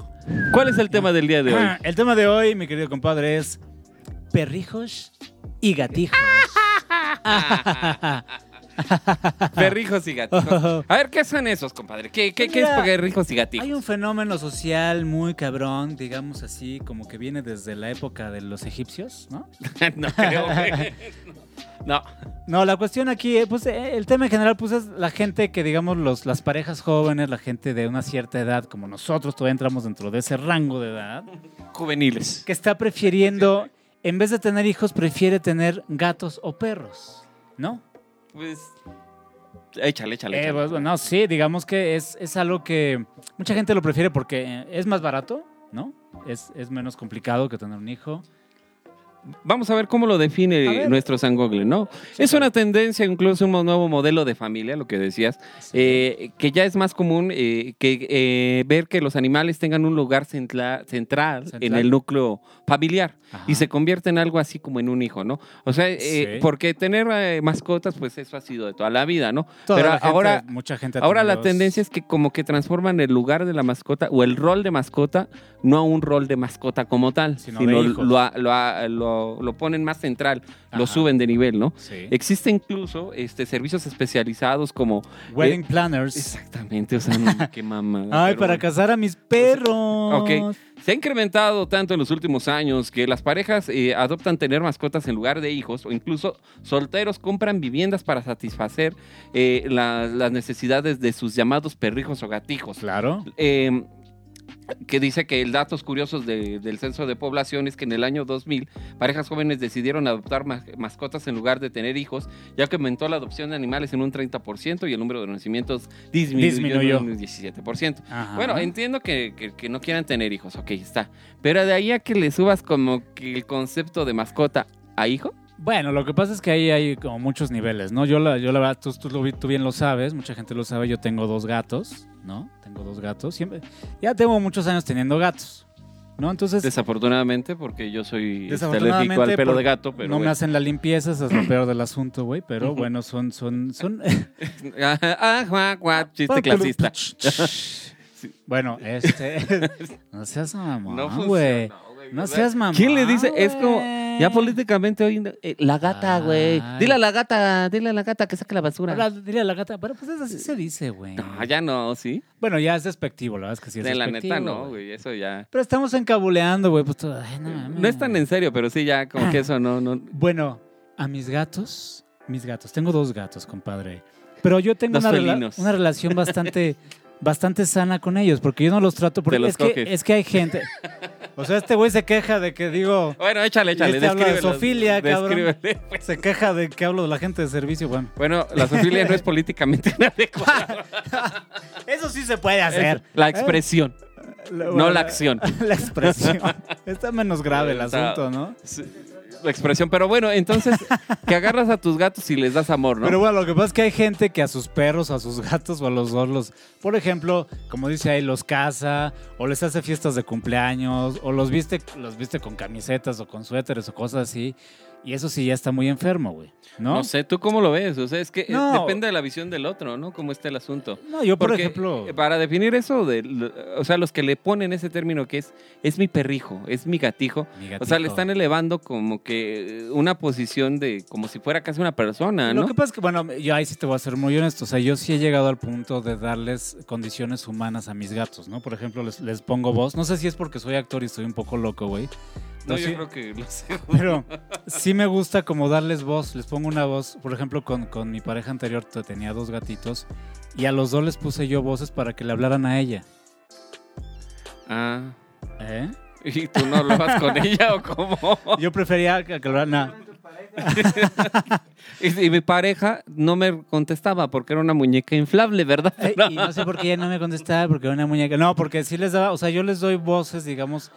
[SPEAKER 3] ¿Cuál es el tema del día de
[SPEAKER 2] [laughs]
[SPEAKER 3] hoy?
[SPEAKER 2] El tema de hoy, mi querido compadre, es perrijos y gatijos.
[SPEAKER 3] Perrijos y gatitos. A ver, ¿qué son esos, compadre? ¿Qué, qué, qué es
[SPEAKER 2] Mira,
[SPEAKER 3] perrijos y gatitos?
[SPEAKER 2] Hay un fenómeno social muy cabrón, digamos así, como que viene desde la época de los egipcios, ¿no?
[SPEAKER 3] [laughs] no creo. güey. no.
[SPEAKER 2] No, la cuestión aquí, eh, pues eh, el tema en general, pues es la gente que, digamos, los, las parejas jóvenes, la gente de una cierta edad, como nosotros todavía entramos dentro de ese rango de edad,
[SPEAKER 3] Juveniles.
[SPEAKER 2] que está prefiriendo, en vez de tener hijos, prefiere tener gatos o perros, ¿no?
[SPEAKER 3] Pues. Échale, échale.
[SPEAKER 2] Eh,
[SPEAKER 3] échale.
[SPEAKER 2] pues, no, sí, digamos que es, es algo que mucha gente lo prefiere porque eh, es más barato, ¿no? Es, es menos complicado que tener un hijo.
[SPEAKER 3] Vamos a ver cómo lo define
[SPEAKER 2] A ver.
[SPEAKER 3] nuestro San Google, ¿no? es una tendencia, incluso un nuevo modelo de familia, lo que decías, eh, que ya es más común eh, que eh, ver que los animales tengan un lugar centla- central, en
[SPEAKER 2] Central.
[SPEAKER 3] el núcleo familiar
[SPEAKER 2] Ajá.
[SPEAKER 3] y se convierte en algo así como en un hijo, ¿no? O sea, eh,
[SPEAKER 2] Sí.
[SPEAKER 3] porque tener eh, mascotas, pues eso ha sido de toda la vida, ¿no?
[SPEAKER 2] Toda
[SPEAKER 3] Pero
[SPEAKER 2] la gente-
[SPEAKER 3] ahora,
[SPEAKER 2] mucha gente ha
[SPEAKER 3] ahora
[SPEAKER 2] tenido
[SPEAKER 3] la
[SPEAKER 2] dos.
[SPEAKER 3] tendencia es que como que transforman el lugar de la mascota o el rol de mascota no a un rol de mascota como tal,
[SPEAKER 2] Sino
[SPEAKER 3] sino,
[SPEAKER 2] de hijos.
[SPEAKER 3] lo, a- lo a- lo lo, lo ponen más central, lo
[SPEAKER 2] Ajá.
[SPEAKER 3] suben de nivel, ¿no?
[SPEAKER 2] Sí.
[SPEAKER 3] Existe incluso este, servicios especializados como...
[SPEAKER 2] Wedding
[SPEAKER 3] eh,
[SPEAKER 2] planners.
[SPEAKER 3] exactamente, o sea,
[SPEAKER 2] [laughs]
[SPEAKER 3] no, qué mamá.
[SPEAKER 2] Ay, para casar a mis perros.
[SPEAKER 3] Ok. Se ha incrementado tanto en los últimos años que las parejas eh, adoptan tener mascotas en lugar de hijos o incluso solteros compran viviendas para satisfacer eh, la- las necesidades de sus llamados perrijos o gatijos.
[SPEAKER 2] Claro.
[SPEAKER 3] Eh, que dice que el datos curiosos de- del censo de población es que en el año 2000 parejas jóvenes decidieron adoptar ma- mascotas en lugar de tener hijos, ya que aumentó la adopción de animales en un 30% y el número de nacimientos disminuyó,
[SPEAKER 2] Disminuyó.
[SPEAKER 3] en un 17%.
[SPEAKER 2] Ajá.
[SPEAKER 3] Bueno, entiendo que, que- que no quieran tener hijos, ok, está. Pero de ahí a que le subas como que el concepto de mascota a hijo.
[SPEAKER 2] Bueno, lo que pasa es que ahí hay como muchos niveles, ¿no? Yo la, yo la verdad, tú, tú lo vi- tú bien lo sabes, mucha gente lo sabe, yo tengo dos gatos, ¿no? Tengo dos gatos, siempre, ya tengo muchos años teniendo gatos, ¿no? Entonces,
[SPEAKER 3] Desafortunadamente, porque yo soy este,
[SPEAKER 2] Pues Desafortunadamente,
[SPEAKER 3] alérgico al pelo
[SPEAKER 2] por-
[SPEAKER 3] de gato, pero...
[SPEAKER 2] no me
[SPEAKER 3] [laughs] bueno.
[SPEAKER 2] hacen la limpieza, eso es lo peor del asunto, güey, pero bueno, son, son,
[SPEAKER 3] [laughs]
[SPEAKER 2] son...
[SPEAKER 3] Ah, guau, guau, chiste clasista.
[SPEAKER 2] pues, bueno, este... [laughs] no seas mamón,
[SPEAKER 3] No
[SPEAKER 2] güey.
[SPEAKER 3] funciona, güey,
[SPEAKER 2] No
[SPEAKER 3] ¿verdad?
[SPEAKER 2] seas mamón,
[SPEAKER 3] ¿Quién le dice? Es como,
[SPEAKER 2] güey.
[SPEAKER 3] ya políticamente hoy, eh, la gata, güey.
[SPEAKER 2] Ay.
[SPEAKER 3] Dile a la gata, dile a la gata que saque la basura.
[SPEAKER 2] Ahora, dile a la gata, pero pues es así se dice, güey.
[SPEAKER 3] No, ya no, ¿sí?
[SPEAKER 2] Bueno, ya es despectivo, la verdad es que sí es
[SPEAKER 3] de la
[SPEAKER 2] despectivo.
[SPEAKER 3] neta no,
[SPEAKER 2] güey.
[SPEAKER 3] güey, eso ya.
[SPEAKER 2] Pero estamos encabuleando, güey. Pues todo, ay, no, mames.
[SPEAKER 3] No es tan en serio, pero sí, ya como que eso no, no.
[SPEAKER 2] Bueno, a mis gatos, mis gatos. Tengo dos gatos, compadre. Pero yo tengo
[SPEAKER 3] Dos
[SPEAKER 2] una, rela-
[SPEAKER 3] felinos.
[SPEAKER 2] una relación
[SPEAKER 3] [laughs]
[SPEAKER 2] bastante, bastante sana con ellos, porque yo no los trato. Porque
[SPEAKER 3] los
[SPEAKER 2] es, que,
[SPEAKER 3] coges.
[SPEAKER 2] es que hay
[SPEAKER 3] [laughs]
[SPEAKER 2] gente. O sea, este güey se queja de que digo.
[SPEAKER 3] Bueno, échale, échale.
[SPEAKER 2] Este habla de
[SPEAKER 3] descríbelo, pues.
[SPEAKER 2] zoofilia, cabrón.
[SPEAKER 3] descríbelo.
[SPEAKER 2] Se queja de que hablo de la gente de servicio, güey.
[SPEAKER 3] Bueno, la zoofilia no es políticamente [laughs] inadecuada.
[SPEAKER 2] [laughs] Eso sí se puede hacer.
[SPEAKER 3] La expresión, no la acción.
[SPEAKER 2] Eh, [laughs] La
[SPEAKER 3] [laughs]
[SPEAKER 2] expresión. Está menos grave el
[SPEAKER 3] Está-
[SPEAKER 2] asunto, ¿no?
[SPEAKER 3] Sí, La expresión, pero bueno, entonces, que agarras a tus gatos y les das amor, ¿no?
[SPEAKER 2] Pero bueno, lo que pasa es que hay gente que a sus perros, a sus gatos o a los dos los, por ejemplo, como dice ahí, los caza o les hace fiestas de cumpleaños o los viste, los viste con camisetas o con suéteres o cosas así. Y eso sí ya está muy enfermo, güey. ¿No?
[SPEAKER 3] No sé, ¿tú cómo lo ves? O sea, es que eh,
[SPEAKER 2] No.
[SPEAKER 3] depende de la visión del otro, ¿no? Cómo está el asunto.
[SPEAKER 2] No, yo por
[SPEAKER 3] Porque,
[SPEAKER 2] ejemplo...
[SPEAKER 3] eh, para definir eso, de, l- o sea, los que le ponen ese término que es, es mi perrijo, es mi gatijo,
[SPEAKER 2] mi
[SPEAKER 3] o sea, le
[SPEAKER 2] gatito.
[SPEAKER 3] están elevando como que eh, una posición de, como si fuera casi una persona,
[SPEAKER 2] Lo
[SPEAKER 3] ¿no?
[SPEAKER 2] que pasa es que, bueno, yo ahí sí te voy a ser muy honesto. O sea, yo sí he llegado al punto de darles condiciones humanas a mis gatos, ¿no? Por ejemplo, les, les pongo voz. No sé si es porque soy actor y estoy un poco loco, güey.
[SPEAKER 3] No, yo
[SPEAKER 2] sí-
[SPEAKER 3] creo que lo sé.
[SPEAKER 2] Pero sí me gusta como darles voz. Les pongo una voz. Por ejemplo, con, con mi pareja anterior te- tenía dos gatitos y a los dos les puse yo voces para que le hablaran a ella.
[SPEAKER 3] Ah, [laughs]
[SPEAKER 2] ¿Eh?
[SPEAKER 3] ¿y tú no hablabas
[SPEAKER 2] [laughs]
[SPEAKER 3] con ella o cómo?
[SPEAKER 2] Yo prefería que que hablaran a...
[SPEAKER 3] Y, y mi pareja no me contestaba porque era una muñeca inflable, ¿verdad? [laughs]
[SPEAKER 2] Eh, Y no sé por qué ella no me contestaba porque era una muñeca. No, porque sí les daba... O sea, yo les doy voces, digamos...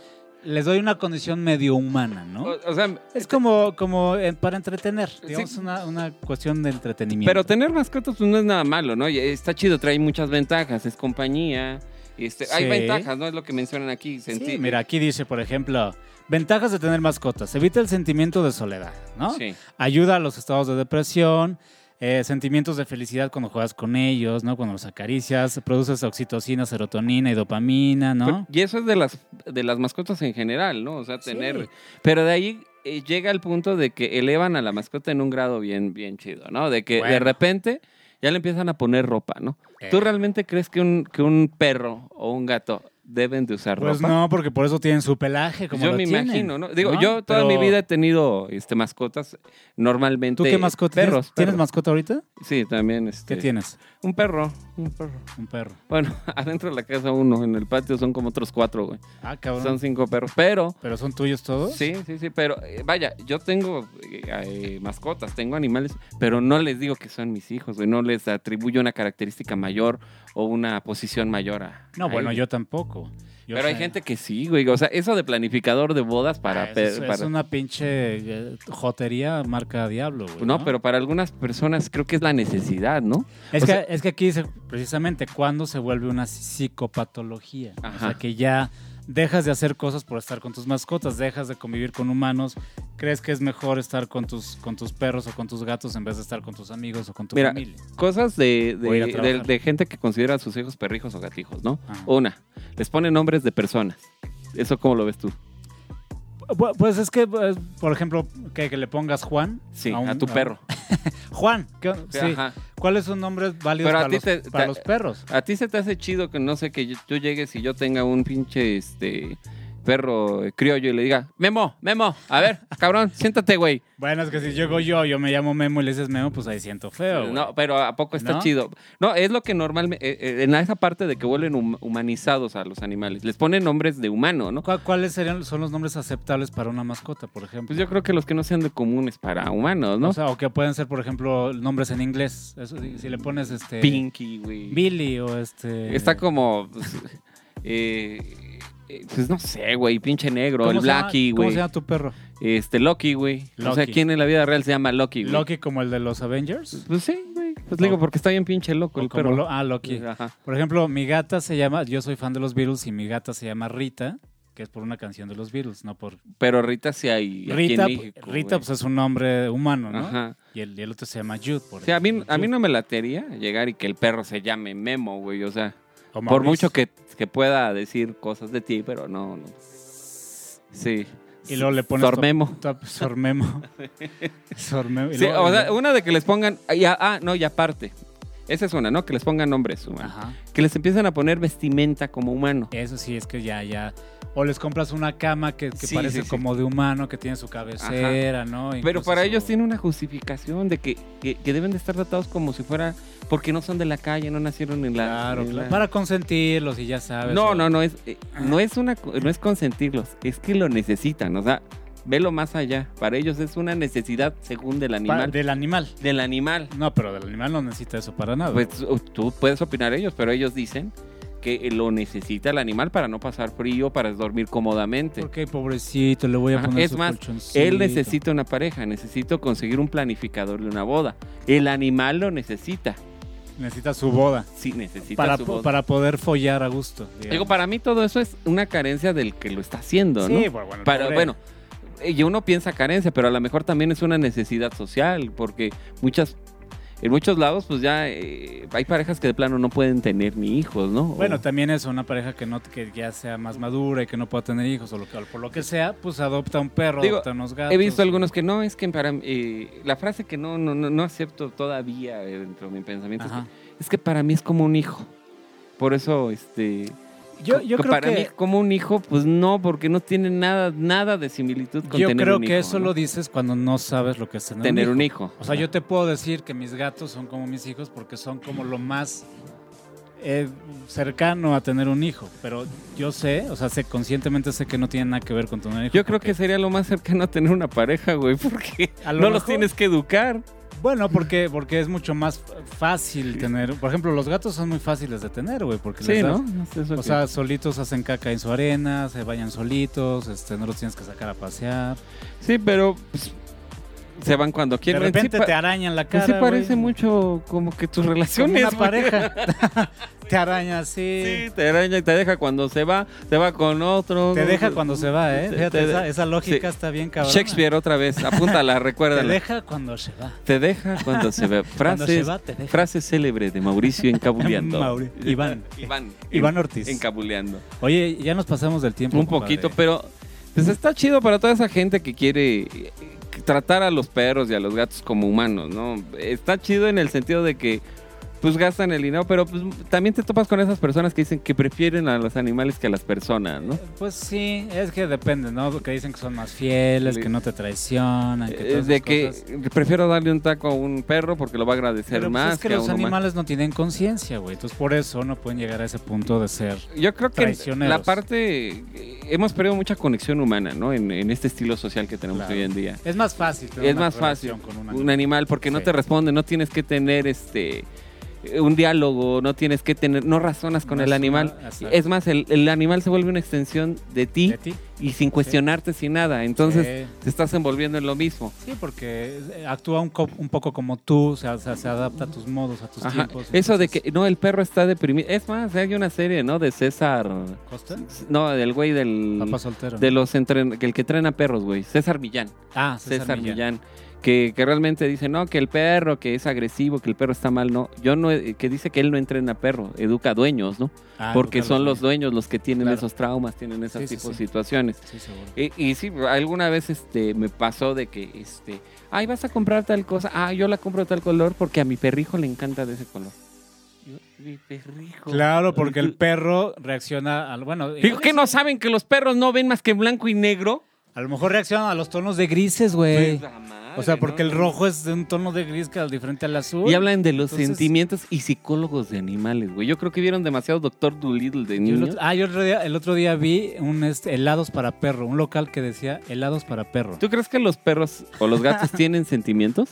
[SPEAKER 2] Les doy una condición medio humana, ¿no?
[SPEAKER 3] O, o sea,
[SPEAKER 2] Es como, como eh, para entretener, digamos,
[SPEAKER 3] Sí.
[SPEAKER 2] una, una cuestión de entretenimiento.
[SPEAKER 3] pero tener mascotas pues, no es nada malo, ¿no? Y Está chido, trae muchas ventajas, es compañía. Este, Hay
[SPEAKER 2] Sí.
[SPEAKER 3] ventajas, ¿no? Es lo que mencionan aquí. sentí-
[SPEAKER 2] Sí, mira, aquí dice, por ejemplo, ventajas de tener mascotas. Evita el sentimiento de soledad, ¿no?
[SPEAKER 3] Sí.
[SPEAKER 2] Ayuda a los estados de depresión, eh, sentimientos de felicidad cuando juegas con ellos, ¿no? Cuando los acaricias, produces oxitocina, serotonina y dopamina, ¿no?
[SPEAKER 3] Pero- Y eso es de las, de las mascotas en general, ¿no? O sea,
[SPEAKER 2] Sí.
[SPEAKER 3] tener... Pero de ahí eh, llega el punto de que elevan a la mascota en un grado bien, bien chido, ¿no? De que de
[SPEAKER 2] Bueno.
[SPEAKER 3] repente ya le empiezan a poner ropa, ¿no?
[SPEAKER 2] Eh.
[SPEAKER 3] ¿Tú realmente crees que un, que un perro o un gato deben de usar
[SPEAKER 2] Pues
[SPEAKER 3] ropa?
[SPEAKER 2] no, porque por eso tienen su pelaje, como
[SPEAKER 3] Pues yo
[SPEAKER 2] lo
[SPEAKER 3] me
[SPEAKER 2] tienen,
[SPEAKER 3] imagino, ¿no? Digo, yo toda
[SPEAKER 2] Pero,
[SPEAKER 3] mi vida he tenido este, mascotas, normalmente.
[SPEAKER 2] ¿Tú qué mascota tienes?
[SPEAKER 3] Perros.
[SPEAKER 2] ¿Tienes
[SPEAKER 3] perros.
[SPEAKER 2] mascota ahorita?
[SPEAKER 3] Sí, también. Este,
[SPEAKER 2] ¿Qué tienes?
[SPEAKER 3] Un perro, un perro.
[SPEAKER 2] Un perro.
[SPEAKER 3] Bueno, [laughs] adentro de la casa uno, en el patio son como otros cuatro, güey.
[SPEAKER 2] Ah, cabrón.
[SPEAKER 3] Son cinco perros. Pero,
[SPEAKER 2] ¿Pero son tuyos todos?
[SPEAKER 3] sí, sí, sí, pero eh, vaya, yo tengo eh, eh, mascotas, tengo animales, pero no les digo que son mis hijos, güey. No les atribuyo una característica mayor o una posición mayor a.
[SPEAKER 2] No,
[SPEAKER 3] a
[SPEAKER 2] bueno,
[SPEAKER 3] ellos.
[SPEAKER 2] yo tampoco. Yo
[SPEAKER 3] Pero hay
[SPEAKER 2] sé-
[SPEAKER 3] gente que sí, güey. O sea, eso de planificador de bodas para.
[SPEAKER 2] Ah, eso
[SPEAKER 3] per-
[SPEAKER 2] es, es
[SPEAKER 3] para-
[SPEAKER 2] una pinche eh, jotería marca Diablo, güey.
[SPEAKER 3] Pues No, pero para algunas personas creo que es la necesidad, ¿no?
[SPEAKER 2] Es,
[SPEAKER 3] o
[SPEAKER 2] que,
[SPEAKER 3] sea-
[SPEAKER 2] es que aquí dice precisamente cuándo se vuelve una psicopatología. O
[SPEAKER 3] Ajá.
[SPEAKER 2] sea, que ya dejas de hacer cosas por estar con tus mascotas, dejas de convivir con humanos, crees que es mejor estar con tus, con tus perros o con tus gatos en vez de estar con tus amigos o con tu
[SPEAKER 3] Mira,
[SPEAKER 2] familia.
[SPEAKER 3] Cosas de, de-
[SPEAKER 2] O ir a
[SPEAKER 3] de-
[SPEAKER 2] trabajar.
[SPEAKER 3] de gente que considera a sus hijos perrijos o gatijos, ¿no?
[SPEAKER 2] Ajá.
[SPEAKER 3] Una, les ponen nombres de personas. ¿Eso cómo lo ves tú?
[SPEAKER 2] Bu- Pues es que, eh, por ejemplo, que, que le pongas Juan.
[SPEAKER 3] Sí,
[SPEAKER 2] un-
[SPEAKER 3] a tu perro.
[SPEAKER 2] Juan, ¿qué- sí.
[SPEAKER 3] Ajá.
[SPEAKER 2] ¿cuáles son nombres válidos
[SPEAKER 3] Pero a
[SPEAKER 2] para,
[SPEAKER 3] ti
[SPEAKER 2] los,
[SPEAKER 3] te-
[SPEAKER 2] para
[SPEAKER 3] te-
[SPEAKER 2] los perros?
[SPEAKER 3] A ti se te hace chido que no sé que yo- tú llegues y yo tenga un pinche este perro criollo y le diga, Memo, Memo, a ver, cabrón, [laughs] siéntate, güey.
[SPEAKER 2] Bueno, es que si llego yo, yo me llamo Memo y le dices Memo, pues ahí siento feo. güey.
[SPEAKER 3] No, pero ¿a poco está
[SPEAKER 2] ¿No?
[SPEAKER 3] chido? No, es lo que normalmente, en esa parte de que vuelven hum- humanizados a los animales, les ponen nombres de humano, ¿no?
[SPEAKER 2] ¿Cuá- ¿Cuáles serían son los nombres aceptables para una mascota, por ejemplo?
[SPEAKER 3] Pues yo creo que los que no sean de comunes para humanos, ¿no?
[SPEAKER 2] O sea, o que pueden ser, por ejemplo, nombres en inglés. Eso, si, si le pones este.
[SPEAKER 3] Pinky, güey.
[SPEAKER 2] Billy o este.
[SPEAKER 3] Está como. Pues, eh, eh, pues no sé, güey. Pinche negro.
[SPEAKER 2] ¿Cómo
[SPEAKER 3] El
[SPEAKER 2] se llama-
[SPEAKER 3] Blacky,
[SPEAKER 2] ¿Cómo
[SPEAKER 3] güey.
[SPEAKER 2] se llama tu perro?
[SPEAKER 3] Este, Loki, güey. O sea,
[SPEAKER 2] Loki.
[SPEAKER 3] ¿quién en la vida real se llama Loki, güey?
[SPEAKER 2] ¿Loki como el de los Avengers?
[SPEAKER 3] Pues sí, güey. Pues digo, porque está bien pinche loco
[SPEAKER 2] O
[SPEAKER 3] el
[SPEAKER 2] como
[SPEAKER 3] perro. Pues,
[SPEAKER 2] lo- ah, Loki.
[SPEAKER 3] Ajá.
[SPEAKER 2] Por ejemplo, mi gata se llama. Yo soy fan de los Beatles y mi gata se llama Rita, que es por una canción de los Beatles, no por.
[SPEAKER 3] Pero Rita sí hay. aquí en
[SPEAKER 2] Rita,
[SPEAKER 3] México,
[SPEAKER 2] Rita
[SPEAKER 3] güey.
[SPEAKER 2] pues, es un nombre humano, ¿no? Pues,
[SPEAKER 3] Ajá.
[SPEAKER 2] Y el, y el otro se llama Jude. Por
[SPEAKER 3] O sea, a mí,
[SPEAKER 2] ejemplo,
[SPEAKER 3] a mí
[SPEAKER 2] Jude.
[SPEAKER 3] no me latería llegar y que el perro se llame Memo, güey. O sea,
[SPEAKER 2] O
[SPEAKER 3] por
[SPEAKER 2] Maurice.
[SPEAKER 3] mucho que, que pueda decir cosas de ti, pero no, no. Sí.
[SPEAKER 2] Y luego le pones.
[SPEAKER 3] Sor Memo.
[SPEAKER 2] Top- top-
[SPEAKER 3] [laughs]
[SPEAKER 2] Sormemo. [laughs] Sormemo. Y
[SPEAKER 3] Sí,
[SPEAKER 2] luego-
[SPEAKER 3] o sea, una de que les pongan. Ah, ya- ah, no, y aparte. Esa es una, ¿no? Que les pongan nombres humanos.
[SPEAKER 2] Ajá.
[SPEAKER 3] Que les empiezan a poner vestimenta como humano.
[SPEAKER 2] Eso sí, es que ya, ya. O les compras una cama que, que
[SPEAKER 3] Sí,
[SPEAKER 2] parece
[SPEAKER 3] sí, sí.
[SPEAKER 2] como de humano, que tiene su cabecera, ¿no?
[SPEAKER 3] Pero
[SPEAKER 2] Incluso
[SPEAKER 3] para
[SPEAKER 2] su-
[SPEAKER 3] ellos tiene una justificación de que, que- que deben de estar tratados como si fuera. Porque no son de la calle, no nacieron en la.
[SPEAKER 2] Claro,
[SPEAKER 3] en
[SPEAKER 2] claro. Ah.
[SPEAKER 3] la-
[SPEAKER 2] Para consentirlos y ya sabes.
[SPEAKER 3] No,
[SPEAKER 2] o-
[SPEAKER 3] no, no es, eh, no es una, co- no es consentirlos, es que lo necesitan, o sea, velo más allá. Para ellos es una necesidad según del
[SPEAKER 2] Pa-
[SPEAKER 3] animal,
[SPEAKER 2] Del animal.
[SPEAKER 3] del animal.
[SPEAKER 2] No, pero del animal no necesita eso para nada.
[SPEAKER 3] Pues o- tú puedes opinar ellos, pero ellos dicen que lo necesita el animal para no pasar frío, para dormir cómodamente.
[SPEAKER 2] Porque pobrecito, le voy a
[SPEAKER 3] Ajá,
[SPEAKER 2] poner
[SPEAKER 3] es
[SPEAKER 2] su
[SPEAKER 3] más,
[SPEAKER 2] colchoncito.
[SPEAKER 3] Él necesita una pareja, necesito conseguir un planificador de una boda. El animal lo necesita,
[SPEAKER 2] Necesita su boda.
[SPEAKER 3] sí necesita
[SPEAKER 2] Para,
[SPEAKER 3] su
[SPEAKER 2] po-
[SPEAKER 3] boda.
[SPEAKER 2] para poder follar a gusto. digamos.
[SPEAKER 3] Digo, para mí todo eso es una carencia del que lo está haciendo, ¿no?
[SPEAKER 2] Sí, bueno, bueno. el
[SPEAKER 3] Para,
[SPEAKER 2] pobre-
[SPEAKER 3] bueno, eh, y uno piensa carencia, pero a lo mejor también es una necesidad social, porque muchas, en muchos lados, pues ya eh, hay parejas que de plano no pueden tener ni hijos, ¿no? O-
[SPEAKER 2] Bueno, también eso, una pareja que no que ya sea más madura y que no pueda tener hijos o lo que, o por lo que sea, pues adopta un perro,
[SPEAKER 3] Digo,
[SPEAKER 2] adopta unos gatos.
[SPEAKER 3] He visto algunos que no, es que para mí, eh, la frase que no, no, no, no acepto todavía eh, dentro de mi pensamiento es
[SPEAKER 2] Ajá.
[SPEAKER 3] que, es que para mí es como un hijo. Por eso, este.
[SPEAKER 2] Yo,
[SPEAKER 3] co-
[SPEAKER 2] yo
[SPEAKER 3] co-
[SPEAKER 2] creo
[SPEAKER 3] para
[SPEAKER 2] que...
[SPEAKER 3] mí, como un hijo, pues no, porque no tiene nada, nada de similitud con
[SPEAKER 2] Yo
[SPEAKER 3] tener
[SPEAKER 2] creo
[SPEAKER 3] un
[SPEAKER 2] que
[SPEAKER 3] hijo,
[SPEAKER 2] eso
[SPEAKER 3] ¿no?
[SPEAKER 2] lo dices cuando no sabes lo que es tener,
[SPEAKER 3] tener
[SPEAKER 2] un,
[SPEAKER 3] un
[SPEAKER 2] hijo.
[SPEAKER 3] hijo.
[SPEAKER 2] O sea, yo te puedo decir que mis gatos son como mis hijos porque son como lo más eh, cercano a tener un hijo. Pero yo sé, o sea, sé, conscientemente sé que no tiene nada que ver con tener un hijo.
[SPEAKER 3] Yo creo
[SPEAKER 2] porque-
[SPEAKER 3] que sería lo más cercano a tener una pareja, güey, [laughs] porque
[SPEAKER 2] A
[SPEAKER 3] no
[SPEAKER 2] lo
[SPEAKER 3] los
[SPEAKER 2] mejor.
[SPEAKER 3] tienes que educar.
[SPEAKER 2] Bueno, porque, porque es mucho más f- fácil tener... Por ejemplo, los gatos son muy fáciles de tener, güey, porque les
[SPEAKER 3] Sí,
[SPEAKER 2] das-
[SPEAKER 3] ¿no? No sé, eso
[SPEAKER 2] O
[SPEAKER 3] que-
[SPEAKER 2] sea, solitos hacen caca en su arena, se bañan solitos, este, no los tienes que sacar a pasear.
[SPEAKER 3] sí, pero pues, se van cuando
[SPEAKER 2] De
[SPEAKER 3] quieren. Sí
[SPEAKER 2] repente
[SPEAKER 3] pa-
[SPEAKER 2] te arañan la
[SPEAKER 3] pues
[SPEAKER 2] cara.
[SPEAKER 3] sí parece
[SPEAKER 2] güey.
[SPEAKER 3] mucho como que tus
[SPEAKER 2] Como
[SPEAKER 3] relaciones.
[SPEAKER 2] una
[SPEAKER 3] güey.
[SPEAKER 2] pareja. [laughs] te araña así.
[SPEAKER 3] Sí, te araña y te deja cuando se va, se va con otro.
[SPEAKER 2] Te
[SPEAKER 3] güey.
[SPEAKER 2] deja cuando se va, ¿eh?
[SPEAKER 3] Te-
[SPEAKER 2] Fíjate,
[SPEAKER 3] te-
[SPEAKER 2] esa, esa lógica
[SPEAKER 3] sí.
[SPEAKER 2] está bien cabrón.
[SPEAKER 3] Shakespeare otra vez, apúntala,
[SPEAKER 2] [laughs] Te
[SPEAKER 3] recuérdala.
[SPEAKER 2] deja cuando se va.
[SPEAKER 3] Te deja cuando se va.
[SPEAKER 2] Cuando se
[SPEAKER 3] Frases,
[SPEAKER 2] va, te deja.
[SPEAKER 3] frase célebre de Mauricio encabuleando.
[SPEAKER 2] Mauri- Iván.
[SPEAKER 3] Iván.
[SPEAKER 2] Iván Ortiz.
[SPEAKER 3] Encabuleando.
[SPEAKER 2] Oye, ya nos pasamos del tiempo.
[SPEAKER 3] Un
[SPEAKER 2] compadre.
[SPEAKER 3] poquito, pero pues está chido para toda esa gente que quiere eh, tratar a los perros y a los gatos como humanos, ¿no? Está chido en el sentido de que pues gastan el dinero, pero pues, también te topas con esas personas que dicen que prefieren a los animales que a las personas, ¿no?
[SPEAKER 2] Pues sí, es que depende, ¿no? Porque dicen que son más fieles,
[SPEAKER 3] Sí.
[SPEAKER 2] que no te traicionan, que
[SPEAKER 3] Eh,
[SPEAKER 2] todas
[SPEAKER 3] De
[SPEAKER 2] esas
[SPEAKER 3] que
[SPEAKER 2] cosas.
[SPEAKER 3] prefiero darle un taco a un perro porque lo va a agradecer
[SPEAKER 2] Pero pues
[SPEAKER 3] más
[SPEAKER 2] es que,
[SPEAKER 3] que, a
[SPEAKER 2] los
[SPEAKER 3] un humano.
[SPEAKER 2] animales no tienen conciencia, güey. Entonces por eso no pueden llegar a ese punto de ser.
[SPEAKER 3] Yo creo que
[SPEAKER 2] Traicioneros.
[SPEAKER 3] la parte eh, hemos perdido mucha conexión humana, ¿no? En, en este estilo social que tenemos
[SPEAKER 2] Claro.
[SPEAKER 3] hoy en día.
[SPEAKER 2] Es más fácil. tener
[SPEAKER 3] Es
[SPEAKER 2] una
[SPEAKER 3] más fácil.
[SPEAKER 2] relación Con
[SPEAKER 3] un animal porque no
[SPEAKER 2] Sí.
[SPEAKER 3] te responde, no tienes que tener este eh, un diálogo, no tienes que tener, no razonas con
[SPEAKER 2] No
[SPEAKER 3] el
[SPEAKER 2] es
[SPEAKER 3] animal.
[SPEAKER 2] una- exacto.
[SPEAKER 3] es más, el, el animal se vuelve una extensión de ti
[SPEAKER 2] de ti.
[SPEAKER 3] y sin cuestionarte, sin nada. Entonces
[SPEAKER 2] Sí.
[SPEAKER 3] te estás envolviendo en lo mismo.
[SPEAKER 2] Sí, porque eh, actúa un, co- un poco como tú, o sea, o sea, se adapta a tus modos, a tus
[SPEAKER 3] Ajá.
[SPEAKER 2] tiempos.
[SPEAKER 3] Eso de
[SPEAKER 2] entonces-
[SPEAKER 3] que no, el perro está deprimido. Es más, hay una serie, ¿no? De César,
[SPEAKER 2] ¿Costa?
[SPEAKER 3] no, del güey Mm, del
[SPEAKER 2] Papá soltero.
[SPEAKER 3] de los entren, el que entrena perros, güey, César Millán.
[SPEAKER 2] ah,
[SPEAKER 3] César, Millán. que, que realmente dice, no, que el perro, que es agresivo, que el perro está mal, no. Yo no, eh, que dice que él no entrena perro, educa dueños, ¿no?
[SPEAKER 2] Ah,
[SPEAKER 3] Porque
[SPEAKER 2] educarlo
[SPEAKER 3] son los
[SPEAKER 2] bien.
[SPEAKER 3] dueños los que tienen
[SPEAKER 2] Claro.
[SPEAKER 3] esos traumas, tienen esos
[SPEAKER 2] Sí, sí,
[SPEAKER 3] tipos de
[SPEAKER 2] sí.
[SPEAKER 3] situaciones.
[SPEAKER 2] Sí, seguro.
[SPEAKER 3] Y, y sí, alguna vez este, me pasó de que, este, ay, vas a comprar tal cosa, ah, yo la compro de tal color porque a mi perrijo le encanta de ese color. Yo, mi perrijo.
[SPEAKER 2] Claro, porque el perro reacciona al. Bueno,
[SPEAKER 3] Digo que no saben que los perros no ven más que blanco y negro.
[SPEAKER 2] a lo mejor reacciona a los tonos de grises, güey.
[SPEAKER 3] Pues, la madre,
[SPEAKER 2] O sea, porque
[SPEAKER 3] ¿no?
[SPEAKER 2] el rojo es de un tono de gris que es diferente al azul.
[SPEAKER 3] Y hablan de los
[SPEAKER 2] Entonces-
[SPEAKER 3] sentimientos y psicólogos de animales, güey. Yo creo que vieron demasiado Doctor Dolittle
[SPEAKER 2] Yo
[SPEAKER 3] de
[SPEAKER 2] el
[SPEAKER 3] niños.
[SPEAKER 2] otro- ah, yo el otro día, el otro día vi un este, helados para perro, un local que decía helados para perro.
[SPEAKER 3] ¿Tú crees que los perros o
[SPEAKER 2] [laughs]
[SPEAKER 3] los gatos tienen sentimientos?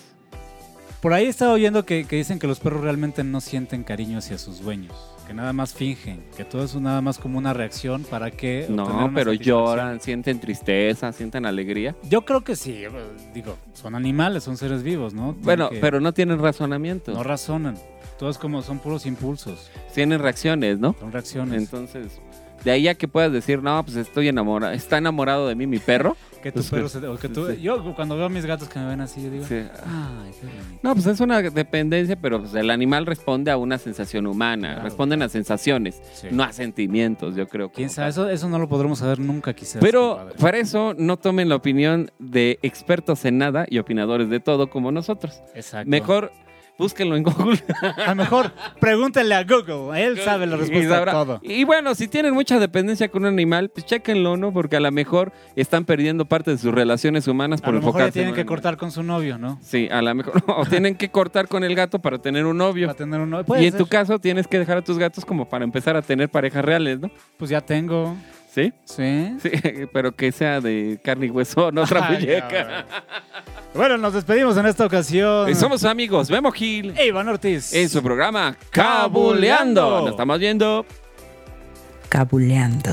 [SPEAKER 2] Por ahí estaba oyendo que, que dicen que los perros realmente no sienten cariño hacia sus dueños, que nada más fingen, que todo es nada más como una reacción para que... obtener
[SPEAKER 3] No,
[SPEAKER 2] una
[SPEAKER 3] pero
[SPEAKER 2] satisfacción.
[SPEAKER 3] lloran, sienten tristeza, sienten alegría.
[SPEAKER 2] Yo creo que sí, pues, digo, son animales, son seres vivos, ¿no? Tienen
[SPEAKER 3] Bueno,
[SPEAKER 2] que-
[SPEAKER 3] pero no tienen razonamiento.
[SPEAKER 2] No razonan, todo es como, son puros impulsos,
[SPEAKER 3] Tienen reacciones, ¿no?
[SPEAKER 2] son reacciones.
[SPEAKER 3] Entonces, de ahí a que puedas decir, no, pues estoy enamorado, está enamorado de mí
[SPEAKER 2] [laughs]
[SPEAKER 3] mi perro.
[SPEAKER 2] que tu
[SPEAKER 3] pues,
[SPEAKER 2] perro se- o que tú-
[SPEAKER 3] sí.
[SPEAKER 2] Yo cuando veo a mis gatos que me ven así, yo digo...
[SPEAKER 3] Sí. ah,
[SPEAKER 2] Ay, qué bonito".
[SPEAKER 3] No, pues es una dependencia, pero pues, el animal responde a una sensación humana,
[SPEAKER 2] Claro.
[SPEAKER 3] responden a sensaciones,
[SPEAKER 2] Sí.
[SPEAKER 3] no a sentimientos, yo creo.
[SPEAKER 2] ¿Quién
[SPEAKER 3] como
[SPEAKER 2] sabe? Eso, eso no lo podremos saber nunca, quizás.
[SPEAKER 3] Pero
[SPEAKER 2] compadre.
[SPEAKER 3] para eso no tomen la opinión de expertos en nada y opinadores de todo como nosotros.
[SPEAKER 2] Exacto.
[SPEAKER 3] Mejor búsquenlo en Google.
[SPEAKER 2] A lo mejor pregúntenle a Google. Él sabe la
[SPEAKER 3] y,
[SPEAKER 2] respuesta a
[SPEAKER 3] sabrá.
[SPEAKER 2] todo.
[SPEAKER 3] Y bueno, si tienen mucha dependencia con un animal, pues chéquenlo, ¿no? Porque a lo mejor están perdiendo parte de sus relaciones humanas
[SPEAKER 2] A
[SPEAKER 3] por
[SPEAKER 2] lo mejor ya
[SPEAKER 3] enfocarse en
[SPEAKER 2] tienen
[SPEAKER 3] un
[SPEAKER 2] que
[SPEAKER 3] animal.
[SPEAKER 2] cortar con su novio, ¿no?
[SPEAKER 3] Sí, a lo mejor [laughs] no, tienen que cortar con el gato para tener un
[SPEAKER 2] Para
[SPEAKER 3] novio.
[SPEAKER 2] tener un novio.
[SPEAKER 3] Y
[SPEAKER 2] Puede
[SPEAKER 3] en
[SPEAKER 2] ser.
[SPEAKER 3] tu caso tienes que dejar a tus gatos como para empezar a tener parejas reales, ¿no?
[SPEAKER 2] Pues ya tengo.
[SPEAKER 3] Sí, [laughs]
[SPEAKER 2] Sí.
[SPEAKER 3] sí, pero que sea de carne y hueso, no
[SPEAKER 2] [laughs]
[SPEAKER 3] otra
[SPEAKER 2] Ay,
[SPEAKER 3] muñeca.
[SPEAKER 2] cabrón. bueno, nos despedimos en esta ocasión.
[SPEAKER 3] Y Eh, somos amigos, Memo Gil,
[SPEAKER 2] E Iván Ortiz.
[SPEAKER 3] en su programa Cabuleando. Nos estamos viendo.
[SPEAKER 1] Cabuleando.